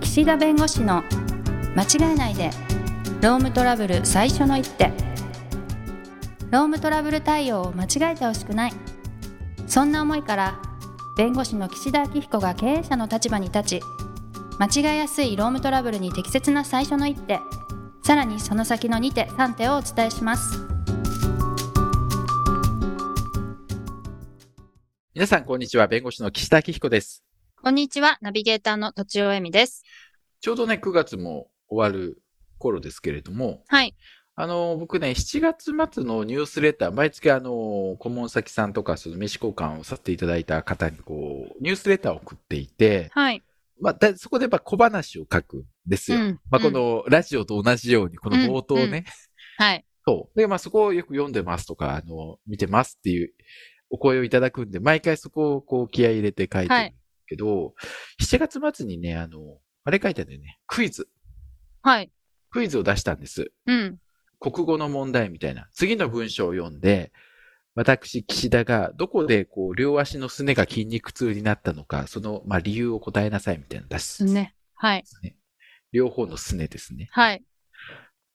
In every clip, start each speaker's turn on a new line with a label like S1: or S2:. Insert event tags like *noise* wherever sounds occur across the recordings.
S1: 岸田弁護士の間違えないでロームトラブル最初の一手ロームトラブル対応を間違えてほしくないそんな思いから弁護士の岸田明彦が経営者の立場に立ち間違えやすいロームトラブルに適切な最初の一手さらにその先の2手3手をお伝えします
S2: 皆さん、こんにちは。弁護士の岸田明彦です。
S1: こんにちはナビゲーターのとちおえみです
S2: ちょうどね、9月も終わる頃ですけれども、
S1: はい
S2: あの、僕ね、7月末のニュースレター、毎月あの、顧問先さんとか、その名刺交換をさせていただいた方に、こう、ニュースレターを送っていて、
S1: はい
S2: まあ、だそこでやっぱ小話を書くんですよ。
S1: うん
S2: まあ、
S1: う
S2: こ
S1: ん
S2: のラジオと同じように、この冒頭ね、
S1: うんうんはい
S2: そう。で、まあ、そこをよく読んでますとか、あの、見てますっていうお声をいただくんで、毎回そこをこう気合い入れて書いて
S1: は
S2: る
S1: い
S2: んですけど、7月末にね、あの、あれ書いてあるんだよね。クイズ。
S1: はい
S2: クイズを出したんです。
S1: うん
S2: 国語の問題みたいな。次の文章を読んで、私、岸田がどこでこう両足のすねが筋肉痛になったのか、その、まあ、理由を答えなさいみたいなの出す。
S1: ねはい
S2: 両方のすねですね。
S1: はい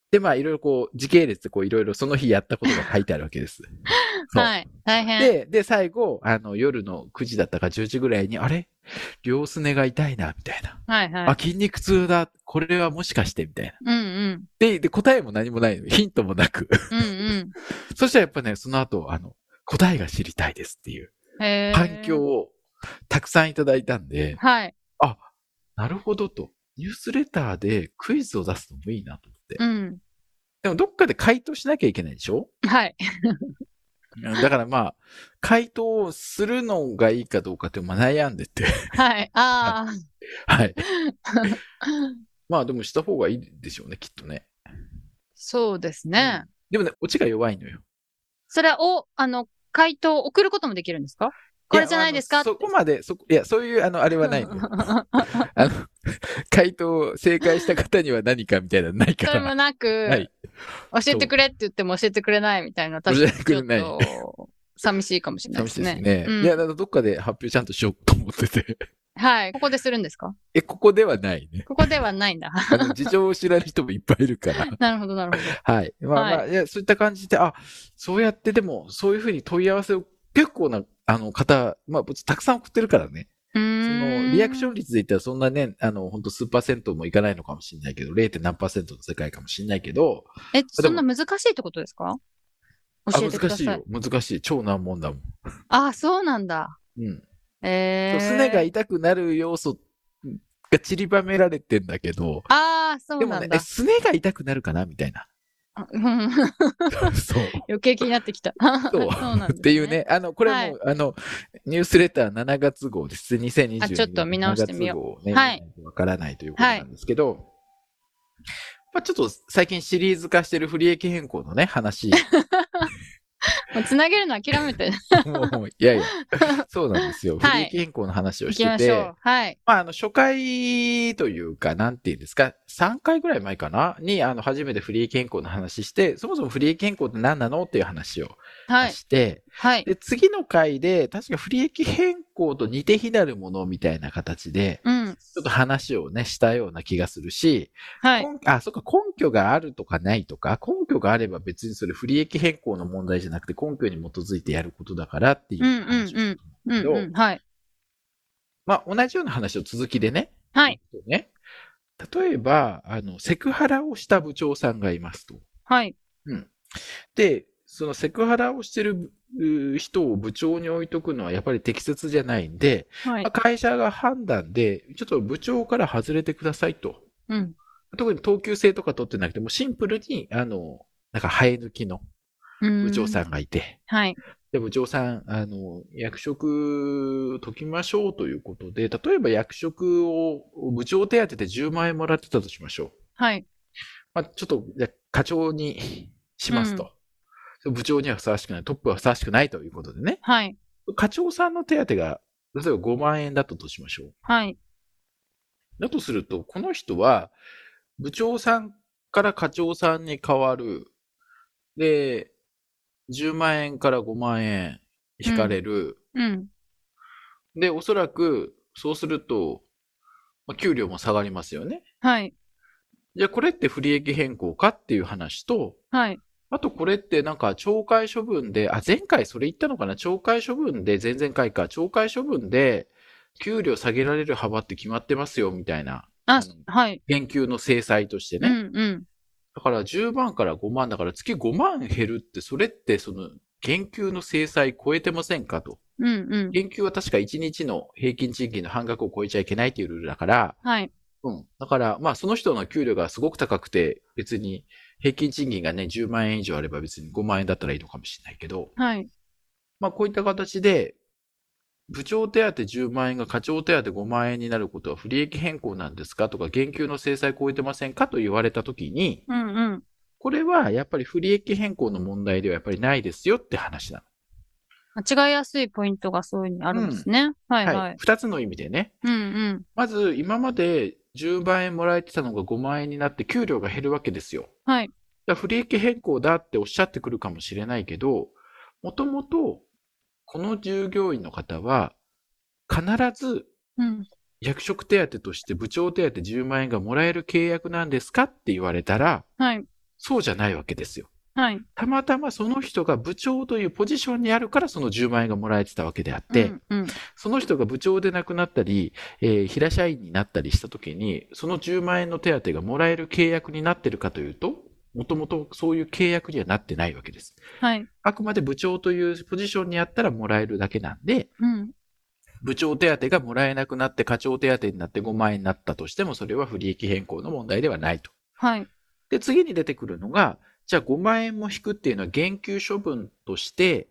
S2: で、まあ、いろいろこう、時系列でこう、いろいろその日やったことが書いてあるわけです。そう
S1: はい大変
S2: で、で、最後、あの、夜の9時だったか10時ぐらいに、あれ両すねが痛いな、みたいな。
S1: はいは
S2: あ
S1: い、
S2: 筋肉痛だ。これはもしかして、みたいな。
S1: うんうん
S2: で、で、答えも何もないの。ヒ *laughs* ントもなく。
S1: うん
S2: そしたらやっぱね、その後、あの、答えが知りたいですっていう
S1: うんへー
S2: 反響をたくさんいただいたんで、
S1: はい
S2: なるほどと。ニュースレターでクイズを出すのもいいなと思って。
S1: うん
S2: でもどっかで回答しなきゃいけないでしょ
S1: はい
S2: うんだからまあ、回答をするのがいいかどうかってまあ悩んでて。
S1: はいあ *laughs*
S2: はい。
S1: あ
S2: まあでもした方がいいでしょうね、きっとね。
S1: そうですね、
S2: うんでもね、オチが弱いのよ。
S1: それを、あの、回答を送ることもできるんですかこれじゃないですか
S2: やあのそこまで、そこ、いや、そういう、あの、あれはないのよ。 *laughs*
S1: そ
S2: あの、回答、正解した方には何かみたいなのな
S1: *laughs*
S2: いか
S1: れ
S2: ら。
S1: もなく、
S2: はい
S1: 教えてくれって言っても教えてくれないみたいな、確かにちょっ
S2: 教えてく
S1: と寂しいかもしれないで
S2: 寂し
S1: す
S2: いです
S1: ね。
S2: ね。
S1: うん
S2: いや、だからどっかで発表ちゃんとしようと思ってて。 *laughs*
S1: はい。ここでするんですか
S2: え、ここではないね。
S1: ここではないんだ。 *laughs*
S2: あの、事情を知らない人もいっぱいいるから。
S1: なるほど、なるほど。
S2: はい。まあまあ、い、や、そういった感じで、あ、そうやってでも、そういうふうに問い合わせを結構な、あの、方、まあ、たくさん送ってるからね。
S1: そ
S2: *laughs* その、リアクション率で言ったらそんなね、あの、本当数パーセントもいかないのかもしれないけど、0. 何パーセントの世界かもしれないけど、
S1: え、そんな難しいってことですか
S2: あ、
S1: 教えてく
S2: 難
S1: だ
S2: しい
S1: さい
S2: よ。。難しい。超難問だもん。
S1: あそうなんだ。
S2: うん。
S1: えー。
S2: すねが痛くなる要素が散りばめられてんだけど、
S1: ああ、そ
S2: で
S1: う
S2: も
S1: な
S2: ね
S1: ん、
S2: え
S1: だ。
S2: すねが痛くなるかなみたいな。 *laughs*
S1: うん *laughs*
S2: そう。
S1: 余計気になってきた。 *laughs*
S2: そう
S1: なんです、ね。
S2: っていうね、あの、これも、
S1: はい
S2: あの、ニュースレター7月号です。2022年
S1: あちょっと見直してみよう
S2: 7月号をね、
S1: はい
S2: 見ないとわからないということなんですけど、まあちょっと最近シリーズ化してる不利益変更のね、話。
S1: もうつなげるの諦めて
S2: も *laughs* ういやいや、そうなんですよ。不
S1: はい
S2: 利益変更の話を
S1: い
S2: し
S1: き
S2: て
S1: ま
S2: て、
S1: しょう。はい。
S2: まあ、あの、初回というか、なんていうんですか、3回ぐらい前かなに、あの、初めて不利益変更の話して、そもそも不利益変更って何なのっていう話を
S1: はい。
S2: して、
S1: はい。
S2: で、次の回で、確か不利益変更と似て非なるものみたいな形で、
S1: うん。
S2: ちょっと話をね、したような気がするし、
S1: はい。
S2: 根あ、そっか、根拠があるとかないとか、根拠があれば別にそれ不利益変更の問題じゃなくて、根拠に基づいてやることだからっていう話をしたと思
S1: う
S2: うんだけ
S1: ん、
S2: ど、
S1: うん。はい。
S2: まあ、同じような話を続きでね、
S1: はい。
S2: ね。例えば、あの、セクハラをした部長さんがいますと。
S1: はい。
S2: で、そのセクハラをしてるうー人を部長に置いとくのはやっぱり適切じゃないんで、
S1: は
S2: まあ
S1: い。
S2: 会社が判断で、ちょっと部長から外れてくださいと。
S1: うん。
S2: 特に等級制とか取ってなくても、シンプルに、あの、なんか生え抜きの部長さ
S1: ん。
S2: んがいて、
S1: はい。
S2: で、部長さん、あの、役職解きましょうということで、例えば役職を部長手当で10万円もらってたとしましょう。
S1: はい。
S2: まあ、ちょっと、じゃあ課長にしますと。部長にはふさわしくない、トップはふさわしくないということでね。
S1: はい。
S2: 課長さんの手当が、例えば5万円だったとしましょう。
S1: はい。
S2: だとすると、この人は、部長さんから課長さんに変わる。で、10万円から5万円引かれる。
S1: うん。
S2: で、おそらく、そうすると、まあ、給料も下がりますよね。
S1: はい。
S2: じゃあこれって不利益変更かっていう話と、
S1: はい。
S2: あとこれってなんか懲戒処分で、あ、前回それ言ったのかな懲戒処分で、前々回か、懲戒処分で、給料下げられる幅って決まってますよ、みたいな。
S1: あ
S2: うん、
S1: はい。
S2: 減給の制裁として
S1: う
S2: ね。
S1: んうん。
S2: だから10万から5万だから月5万減るって、それってその、減給の制裁超えてませんかと。
S1: うんうん。
S2: 減給は確か1日の平均賃金の半額を超えちゃいけないというルールだから、
S1: はい。
S2: うん。だから、まあ、その人の給料がすごく高くて、別に、平均賃金がね、10万円以上あれば別に5万円だったらいいのかもしれないけど、
S1: はい。
S2: まあ、こういった形で、部長手当10万円が課長手当5万円になることは不利益変更なんですかとか、減給の制裁超えてませんかと言われたときに、
S1: うんうん。
S2: これはやっぱり不利益変更の問題ではやっぱりないですよって話な
S1: 間違いやすいポイントがそういうふうにあるんですね。は
S2: の。
S1: いはい。
S2: 二つの意味でね。
S1: うんうん。
S2: まず、今まで10万円もらえてたのが5万円になって給料が減るわけですよ。
S1: はい。
S2: だから不利益変更だっておっしゃってくるかもしれないけど、もともと、この従業員の方は、必ず
S1: うん。
S2: 役職手当として部長手当10万円がもらえる契約なんですかって言われたら、
S1: はい。
S2: そうじゃないわけですよ。
S1: はい。
S2: たまたまその人が部長というポジションにあるからその10万円がもらえてたわけであっ
S1: う
S2: て、
S1: んうん。
S2: その人が部長で亡くなったり、えー平社員になったりした時に、その10万円の手当がもらえる契約になってるかというと、もともとそういう契約にはなってないわけです。
S1: はい。
S2: あくまで部長というポジションにあったらもらえるだけなんで、
S1: うん。
S2: 部長手当がもらえなくなって課長手当になって5万円になったとしても、それは不利益変更の問題ではないと。
S1: はい。
S2: で、次に出てくるのが、じゃあ5万円も引くっていうのは減給処分として、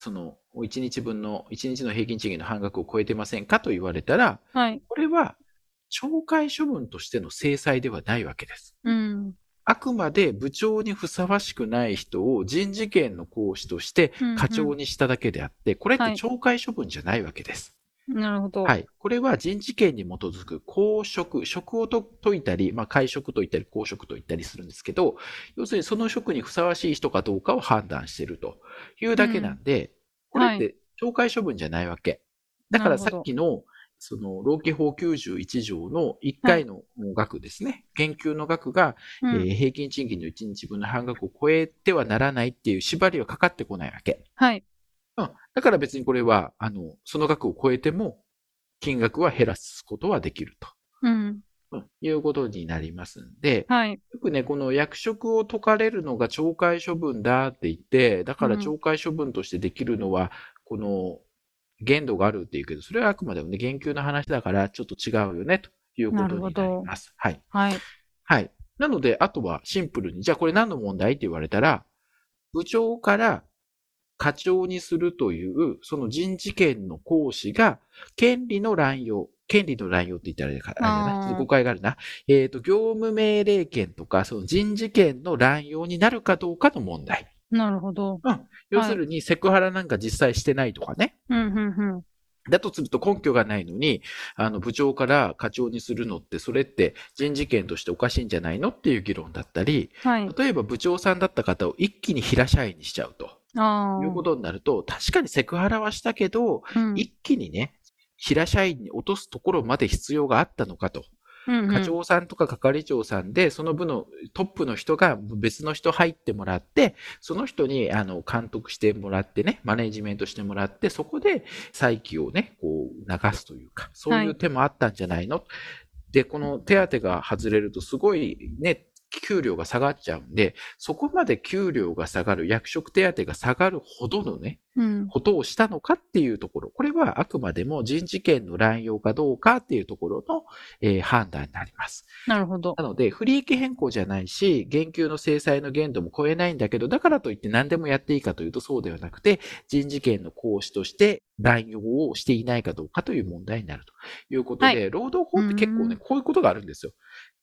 S2: その1日分の、1日の平均賃金の半額を超えてませんかと言われたら、
S1: はい。
S2: これは懲戒処分としての制裁ではないわけです。
S1: うん。
S2: あくまで部長にふさわしくない人を人事権の行使として課長
S1: うん
S2: にしただけであって、これって
S1: はい
S2: 懲戒処分じゃないわけです。
S1: うん。なるほど。
S2: はい。これは人事権に基づく公職、職をと解いたり、まあ、会職と言ったり、公職と言ったりするんですけど、要するにその職にふさわしい人かどうかを判断しているというだけなんで、
S1: うん
S2: これって懲戒処分じゃないわけ。だか
S1: な
S2: ら
S1: るほ
S2: さ
S1: ど
S2: っきの、その、労基法91条の1回の額ですね。減給の額が、
S1: う
S2: え
S1: ん。
S2: ー平均賃金の1日分の半額を超えてはならないっていう縛りはかかってこないわけ。
S1: はい。
S2: うん。だから別にこれは、あの、その額を超えても、金額は減らすことはできると。
S1: うん。
S2: うん、いうことになりますんで、
S1: はい。
S2: よくね、この役職を解かれるのが懲戒処分だって言って、だから
S1: うん
S2: 懲戒処分としてできるのは、この限度があるって言うけど、それはあくまでもね、言及の話だからちょっと違うよね、ということになり
S1: なるほど
S2: ます。はい。
S1: はい。
S2: はい。なので、あとはシンプルに、じゃあこれ何の問題って言われたら、部長から課長にするという、その人事権の行使が、権利の乱用。権利の乱用って言ったらあれか、あれだ
S1: あー
S2: な。ちょっと誤解があるな。えっ、と、業務命令権とか、その人事権の乱用になるかどうかの問題。
S1: なるほど。
S2: 要するに、セクハラなんか実際してないとかね。
S1: うん。うん。
S2: だとすると根拠がないのに、あの、部長から課長にするのって、それって人事権としておかしいんじゃないのっていう議論だったり、
S1: うん。はい。
S2: 例えば部長さんだった方を一気に平社員にしちゃうと
S1: ああ。
S2: いうことになると、確かにセクハラはしたけど、
S1: うん。
S2: 一気にね、平社員に落とすところまで必要があったのか
S1: う
S2: と。
S1: んうん
S2: 課長さんとか係長さんで、その部のトップの人が別の人入ってもらって、その人にあの監督してもらってね、マネジメントしてもらって、そこで再起をね、こう流すというか、そういう手もあったんじゃないの、で、この手当が外れるとすごいね、給料が下がっちゃうんで、そこまで給料が下がる、役職手当が下がるほどのね、
S1: うん。
S2: ことをしたのかっていうところ、これはあくまでも人事権の乱用かどうかっていうところの、えー判断になります。
S1: なるほど。
S2: なので、不利益変更じゃないし、減給の制裁の限度も超えないんだけど、だからといって何でもやっていいかというとそうではなくて、人事権の行使として乱用をしていないかどうかという問題になるということで、
S1: はい
S2: 労働法って結構
S1: う
S2: ね、こういうことがあるんですよ。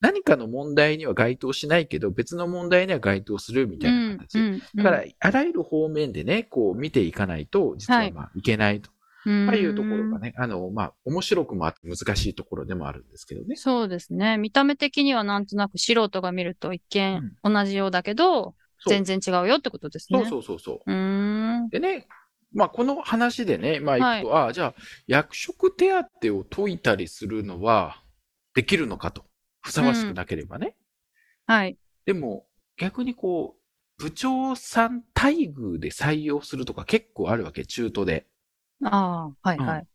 S2: 何かの問題には該当しないけど、別の問題には該当するみたいな形。
S1: うん。
S2: だから、あらゆる方面でね、こう見ていかないと、実
S1: は
S2: はいまあいけないと、
S1: うん、
S2: い、うところ
S1: ね
S2: がね、あの、まあ、面白くもあって難しいところでもあるんですけどね。
S1: そうですね。見た目的にはなんとなく素人が見ると一見同じようだけど、
S2: そう
S1: 全然違うよってことですね。
S2: そうそうそうそう。
S1: うーん。
S2: でね、まあ、この話でね、まあ、いくと、ああ、じゃあ、役職手当を解いたりするのは、できるのかと。ふさわしくなければね。
S1: はい。
S2: でも、逆にこう、部長さん待遇で採用するとか結構あるわけ、中途で。
S1: ああ、はい、
S2: うん
S1: はい。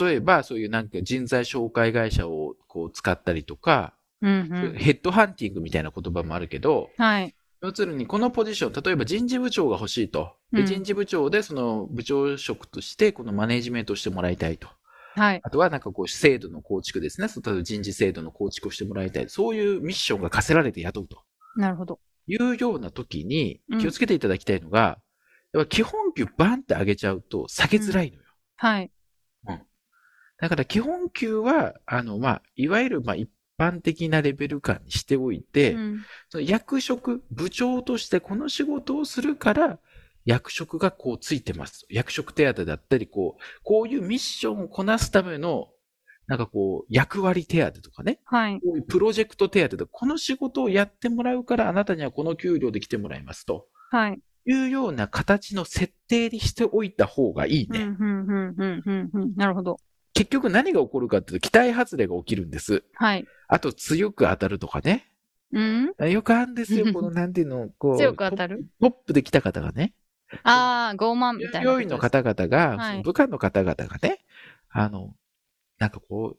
S2: 例えば、そういうなんか人材紹介会社をこう使ったりとか、
S1: うん、うん。
S2: ヘッドハンティングみたいな言葉もあるけど、
S1: はい。
S2: 要するにこのポジション、例えば人事部長が欲しいと。で
S1: うん
S2: 人事部長でその部長職としてこのマネジメントをしてもらいたいと。
S1: はい。
S2: あとはなんかこう制度の構築ですね。そう例えば人事制度の構築をしてもらいたい。そういうミッションが課せられて雇うと
S1: なるほど。
S2: いうような時に
S1: うん
S2: 気をつけていただきたいのが、やっぱ基本給バンって上げちゃうと下げづらいのよ。
S1: はい。
S2: だから基本給は、あの、まあ、いわゆるまあ一般的なレベル感にしておいて、
S1: うん
S2: その役職、部長としてこの仕事をするから、役職がこうついてます。役職手当だったり、こう、こういうミッションをこなすための、なんかこう、役割手当とかね、
S1: はい。
S2: こういうプロジェクト手当とか、この仕事をやってもらうから、あなたにはこの給料で来てもらいますと。
S1: はい。
S2: いうような形の設定にしておいた方がいい
S1: うん、う
S2: ね。
S1: ん、うん、うん、うん、うん。なるほど。
S2: 結局何が起こるかっていうと、期待外れが起きるんです。
S1: はい。
S2: あと、強く当たるとかね。
S1: うん
S2: よくあるんです
S1: *laughs*
S2: よ、この、なんていうの、こう。
S1: 強く当たる
S2: トップトップで来た方がね。
S1: ああ、傲慢みた
S2: 従
S1: いなことです。
S2: 業員の方々が、
S1: はい
S2: その部下の方々がね、あの、なんかこう、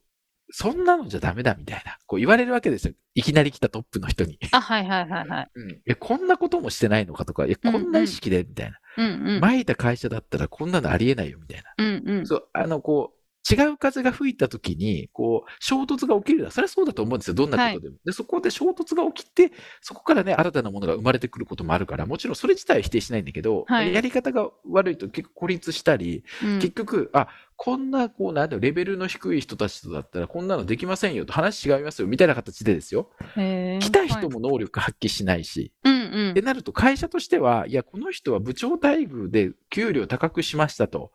S2: そんなのじゃダメだみたいな、こう言われるわけですよ。いきなり来たトップの人に。
S1: あ、はい、はい、はい、はい。
S2: うん、 *laughs* え、こんなこともしてないのかとか、いや、こんな意識でみたいな。
S1: うん、うん。
S2: 前いた会社だったらこんなのありえないよみたいな。
S1: うん、うん。
S2: そう、あの、こう、違う風が吹いた時に、こう、衝突が起きるな。それはそうだと思うんですよ。どんなことでも。で、そこで衝突が起きて、そこからね、新たなものが生まれてくることもあるから、もちろんそれ自体は否定しないんだけど、
S1: はい
S2: やり方が悪いと結構孤立したり、
S1: うん
S2: 結局、あ、こんな、こう、なんだろうレベルの低い人たちとだったら、こんなのできませんよと話違いますよ、みたいな形でですよ。
S1: へー
S2: 来た
S1: はい
S2: 人も能力発揮しないし、
S1: うんう
S2: っ
S1: ん
S2: て。なると会社としては、いや、この人は部長待遇で給料高くしましたと。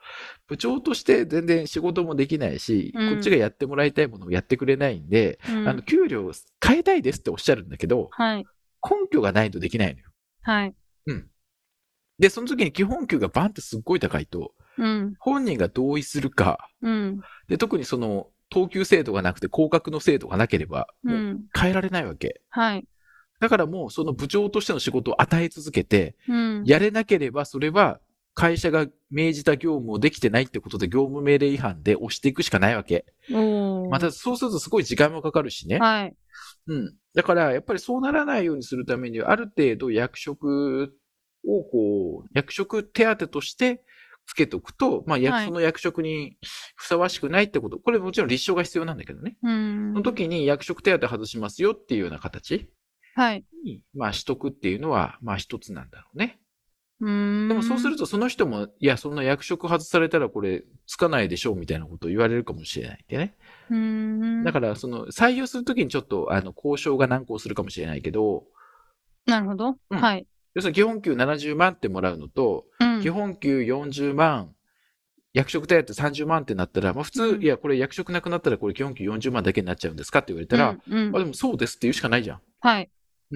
S2: 部長として全然仕事もできないし、
S1: うん
S2: こっちがやってもらいたいものをやってくれないんで、
S1: うん
S2: あの、給料を変えたいですっておっしゃるんだけど、
S1: はい。
S2: 根拠がないとできないのよ。
S1: はい。
S2: で、その時に基本給がバンってすっごい高いと、
S1: うん。
S2: 本人が同意するか、
S1: うん。
S2: で、特にその、等級制度がなくて、降格の制度がなければ、
S1: う。
S2: もうん変えられないわけ。
S1: はい。
S2: だからもう、その部長としての仕事を与え続けて、
S1: うん。
S2: やれなければ、それは会社が命じた業務をできてないってことで、業務命令違反で押していくしかないわけ。
S1: おー
S2: また、そうするとすごい時間もかかるしね。
S1: はい。
S2: うん。だから、やっぱりそうならないようにするためには、ある程度役職をこう、役職手当として、つけておくと、まあ、役
S1: はい
S2: その役職にふさわしくないってこと、これもちろん立証が必要なんだけどね。
S1: うん
S2: その。時に役職手当外しますよっていうような形
S1: はい。
S2: に、まあ、しとくっていうのは、まあ、一つなんだろうね。
S1: うーん。
S2: でもそうするとその人も、いや、そんな役職外されたらこれつかないでしょうみたいなことを言われるかもしれないんでね。
S1: うーん。
S2: だから、その採用するときにちょっと、あの、交渉が難航するかもしれないけど、
S1: なるほど。
S2: うん
S1: はい。
S2: 要するに基本給70万ってもらうのと、
S1: うん
S2: 基本給40万、役職手当30万ってなったら、まあ普通
S1: う、ん
S2: いや、これ役職なくなったらこれ基本給40万だけになっちゃうんですかって言われたら、
S1: うんうん
S2: あ、でもそうですって言うしかないじゃん。
S1: はい。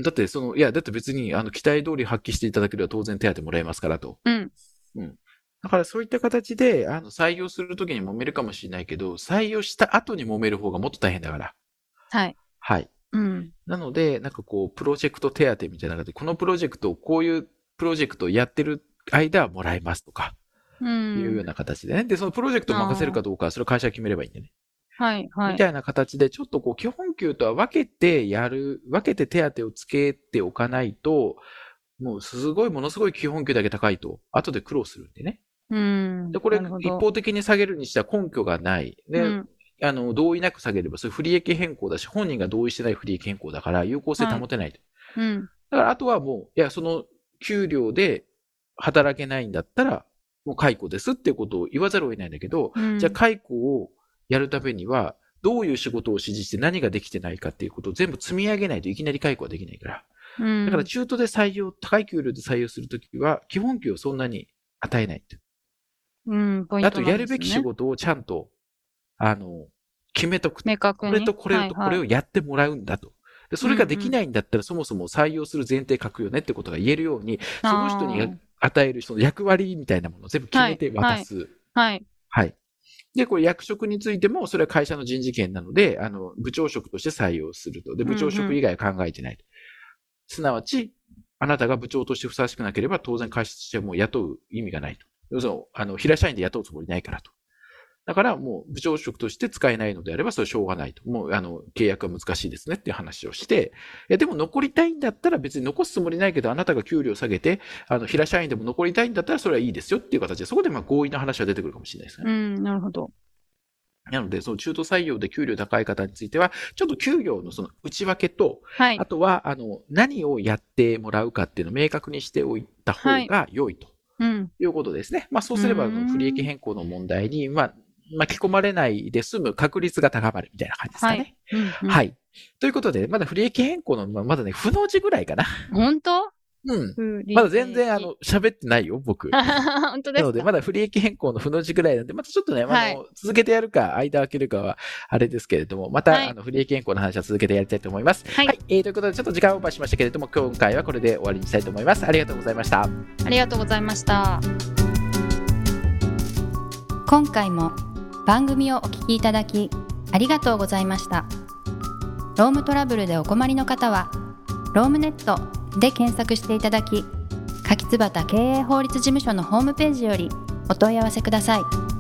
S2: だって、その、いや、だって別に、あの、期待通り発揮していただければ当然手当もらえますからと。
S1: うん。
S2: だからそういった形で、あの、採用するときに揉めるかもしれないけど、採用した後に揉める方がもっと大変だから。
S1: はい。
S2: はい。
S1: うん。
S2: なので、なんかこう、プロジェクト手当みたいな形で、このプロジェクトを、こういうプロジェクトをやってる間はもらえますとか、
S1: う。
S2: いうようんな形でね。で、そのプロジェクトを任せるかどうかは、それは会社が決めればいいんでね。
S1: はい。は
S2: み
S1: い。
S2: たいな形で、ちょっとこう、基本給とは分けてやる、分けて手当をつけておかないと、もうすごい、ものすごい基本給だけ高いと、後で苦労するんでね。
S1: うん。
S2: で、これ、
S1: なるほ
S2: 一
S1: ど
S2: 方的に下げるにしては根拠がない。で、
S1: うん
S2: あの、同意なく下げれば、それ不利益変更だし、本人が同意してない不利益変更だから、有効性保てないと。
S1: うん。
S2: だから、あとはもう、いや、その、給料で働けないんだったら、もう解雇ですっていうことを言わざるを得ないんだけど、
S1: うん
S2: じゃあ解雇をやるためには、どういう仕事を指示して何ができてないかっていうことを全部積み上げないといきなり解雇はできないから。
S1: うん
S2: だから中途で採用、高い給料で採用するときは、基本給をそんなに与えないと。
S1: うん。ポイン
S2: あ
S1: ト
S2: と、
S1: なんですね
S2: やるべき仕事をちゃんと、あの、決めとく。
S1: 明確
S2: こ
S1: に。
S2: れとこれとこれ
S1: を。
S2: をやってもらうんだと。でそれができないんだったら、そもそも採用する前提書くよねってことが言えるように、その人
S1: あー
S2: に与えるその役割みたいなものを全部決めて渡す。はい。
S1: はい。
S2: で、これ役職についても、それは会社の人事権なので、あの、部長職として採用すると。で、部長職以外は考えてないと。すなわち、あなたが部長としてふさわしくなければ、当然会社としてもう雇う意味がないと。要するに、あの、平社員で雇うつもりないからと。だからもう部長職として使えないのであれば、それはしょうがないと。もう、あの、契約は難しいですねっていう話をして、いや、でも残りたいんだったら別に残すつもりないけど、あなたが給料下げて、あの、平社員でも残りたいんだったらそれはいいですよっていう形で、そこでまあ合意の話は出てくるかもしれないですね。
S1: うん、なるほど。
S2: なので、その中途採用で給料高い方については、ちょっと給料のその内訳と、
S1: はい
S2: あ。とは、あの、何をやってもらうかっていうのを明確にしておいた方が良いと
S1: うん。
S2: いうことですね。まあ、そうすれば、あ
S1: うん
S2: の不利益変更の問題に、まあ、巻き込まれないで済む確率が高まるみたいな感じですかね。
S1: うん。
S2: はいい。ということで、まだ不利益変更の、まあまだね、不の字ぐらいかな。
S1: 本当
S2: うん。
S1: ま
S2: まだ全然、あ、の、喋ってないよ、
S1: *laughs*
S2: 僕。
S1: 本当で
S2: な
S1: す
S2: ので、
S1: か
S2: まだ不利益変更の不の字ぐらいなんで、またちょっとね、あの、
S1: はい
S2: 続けてやるか、間開けるかは、あれですけれども、また、
S1: はい
S2: あの、不利益変更の話は続けてやりたいと思います。
S1: はい
S2: えーということで、ちょっと時間オーバーしましたけれども、今回はこれで終わりにしたいと思います。ありがとうございました。
S1: ありがとうございました。
S3: 今回も番組をお聞きいただきありがとうございましたロームトラブルでお困りの方は「ロームネット」で検索していただき柿椿経営法律事務所のホームページよりお問い合わせください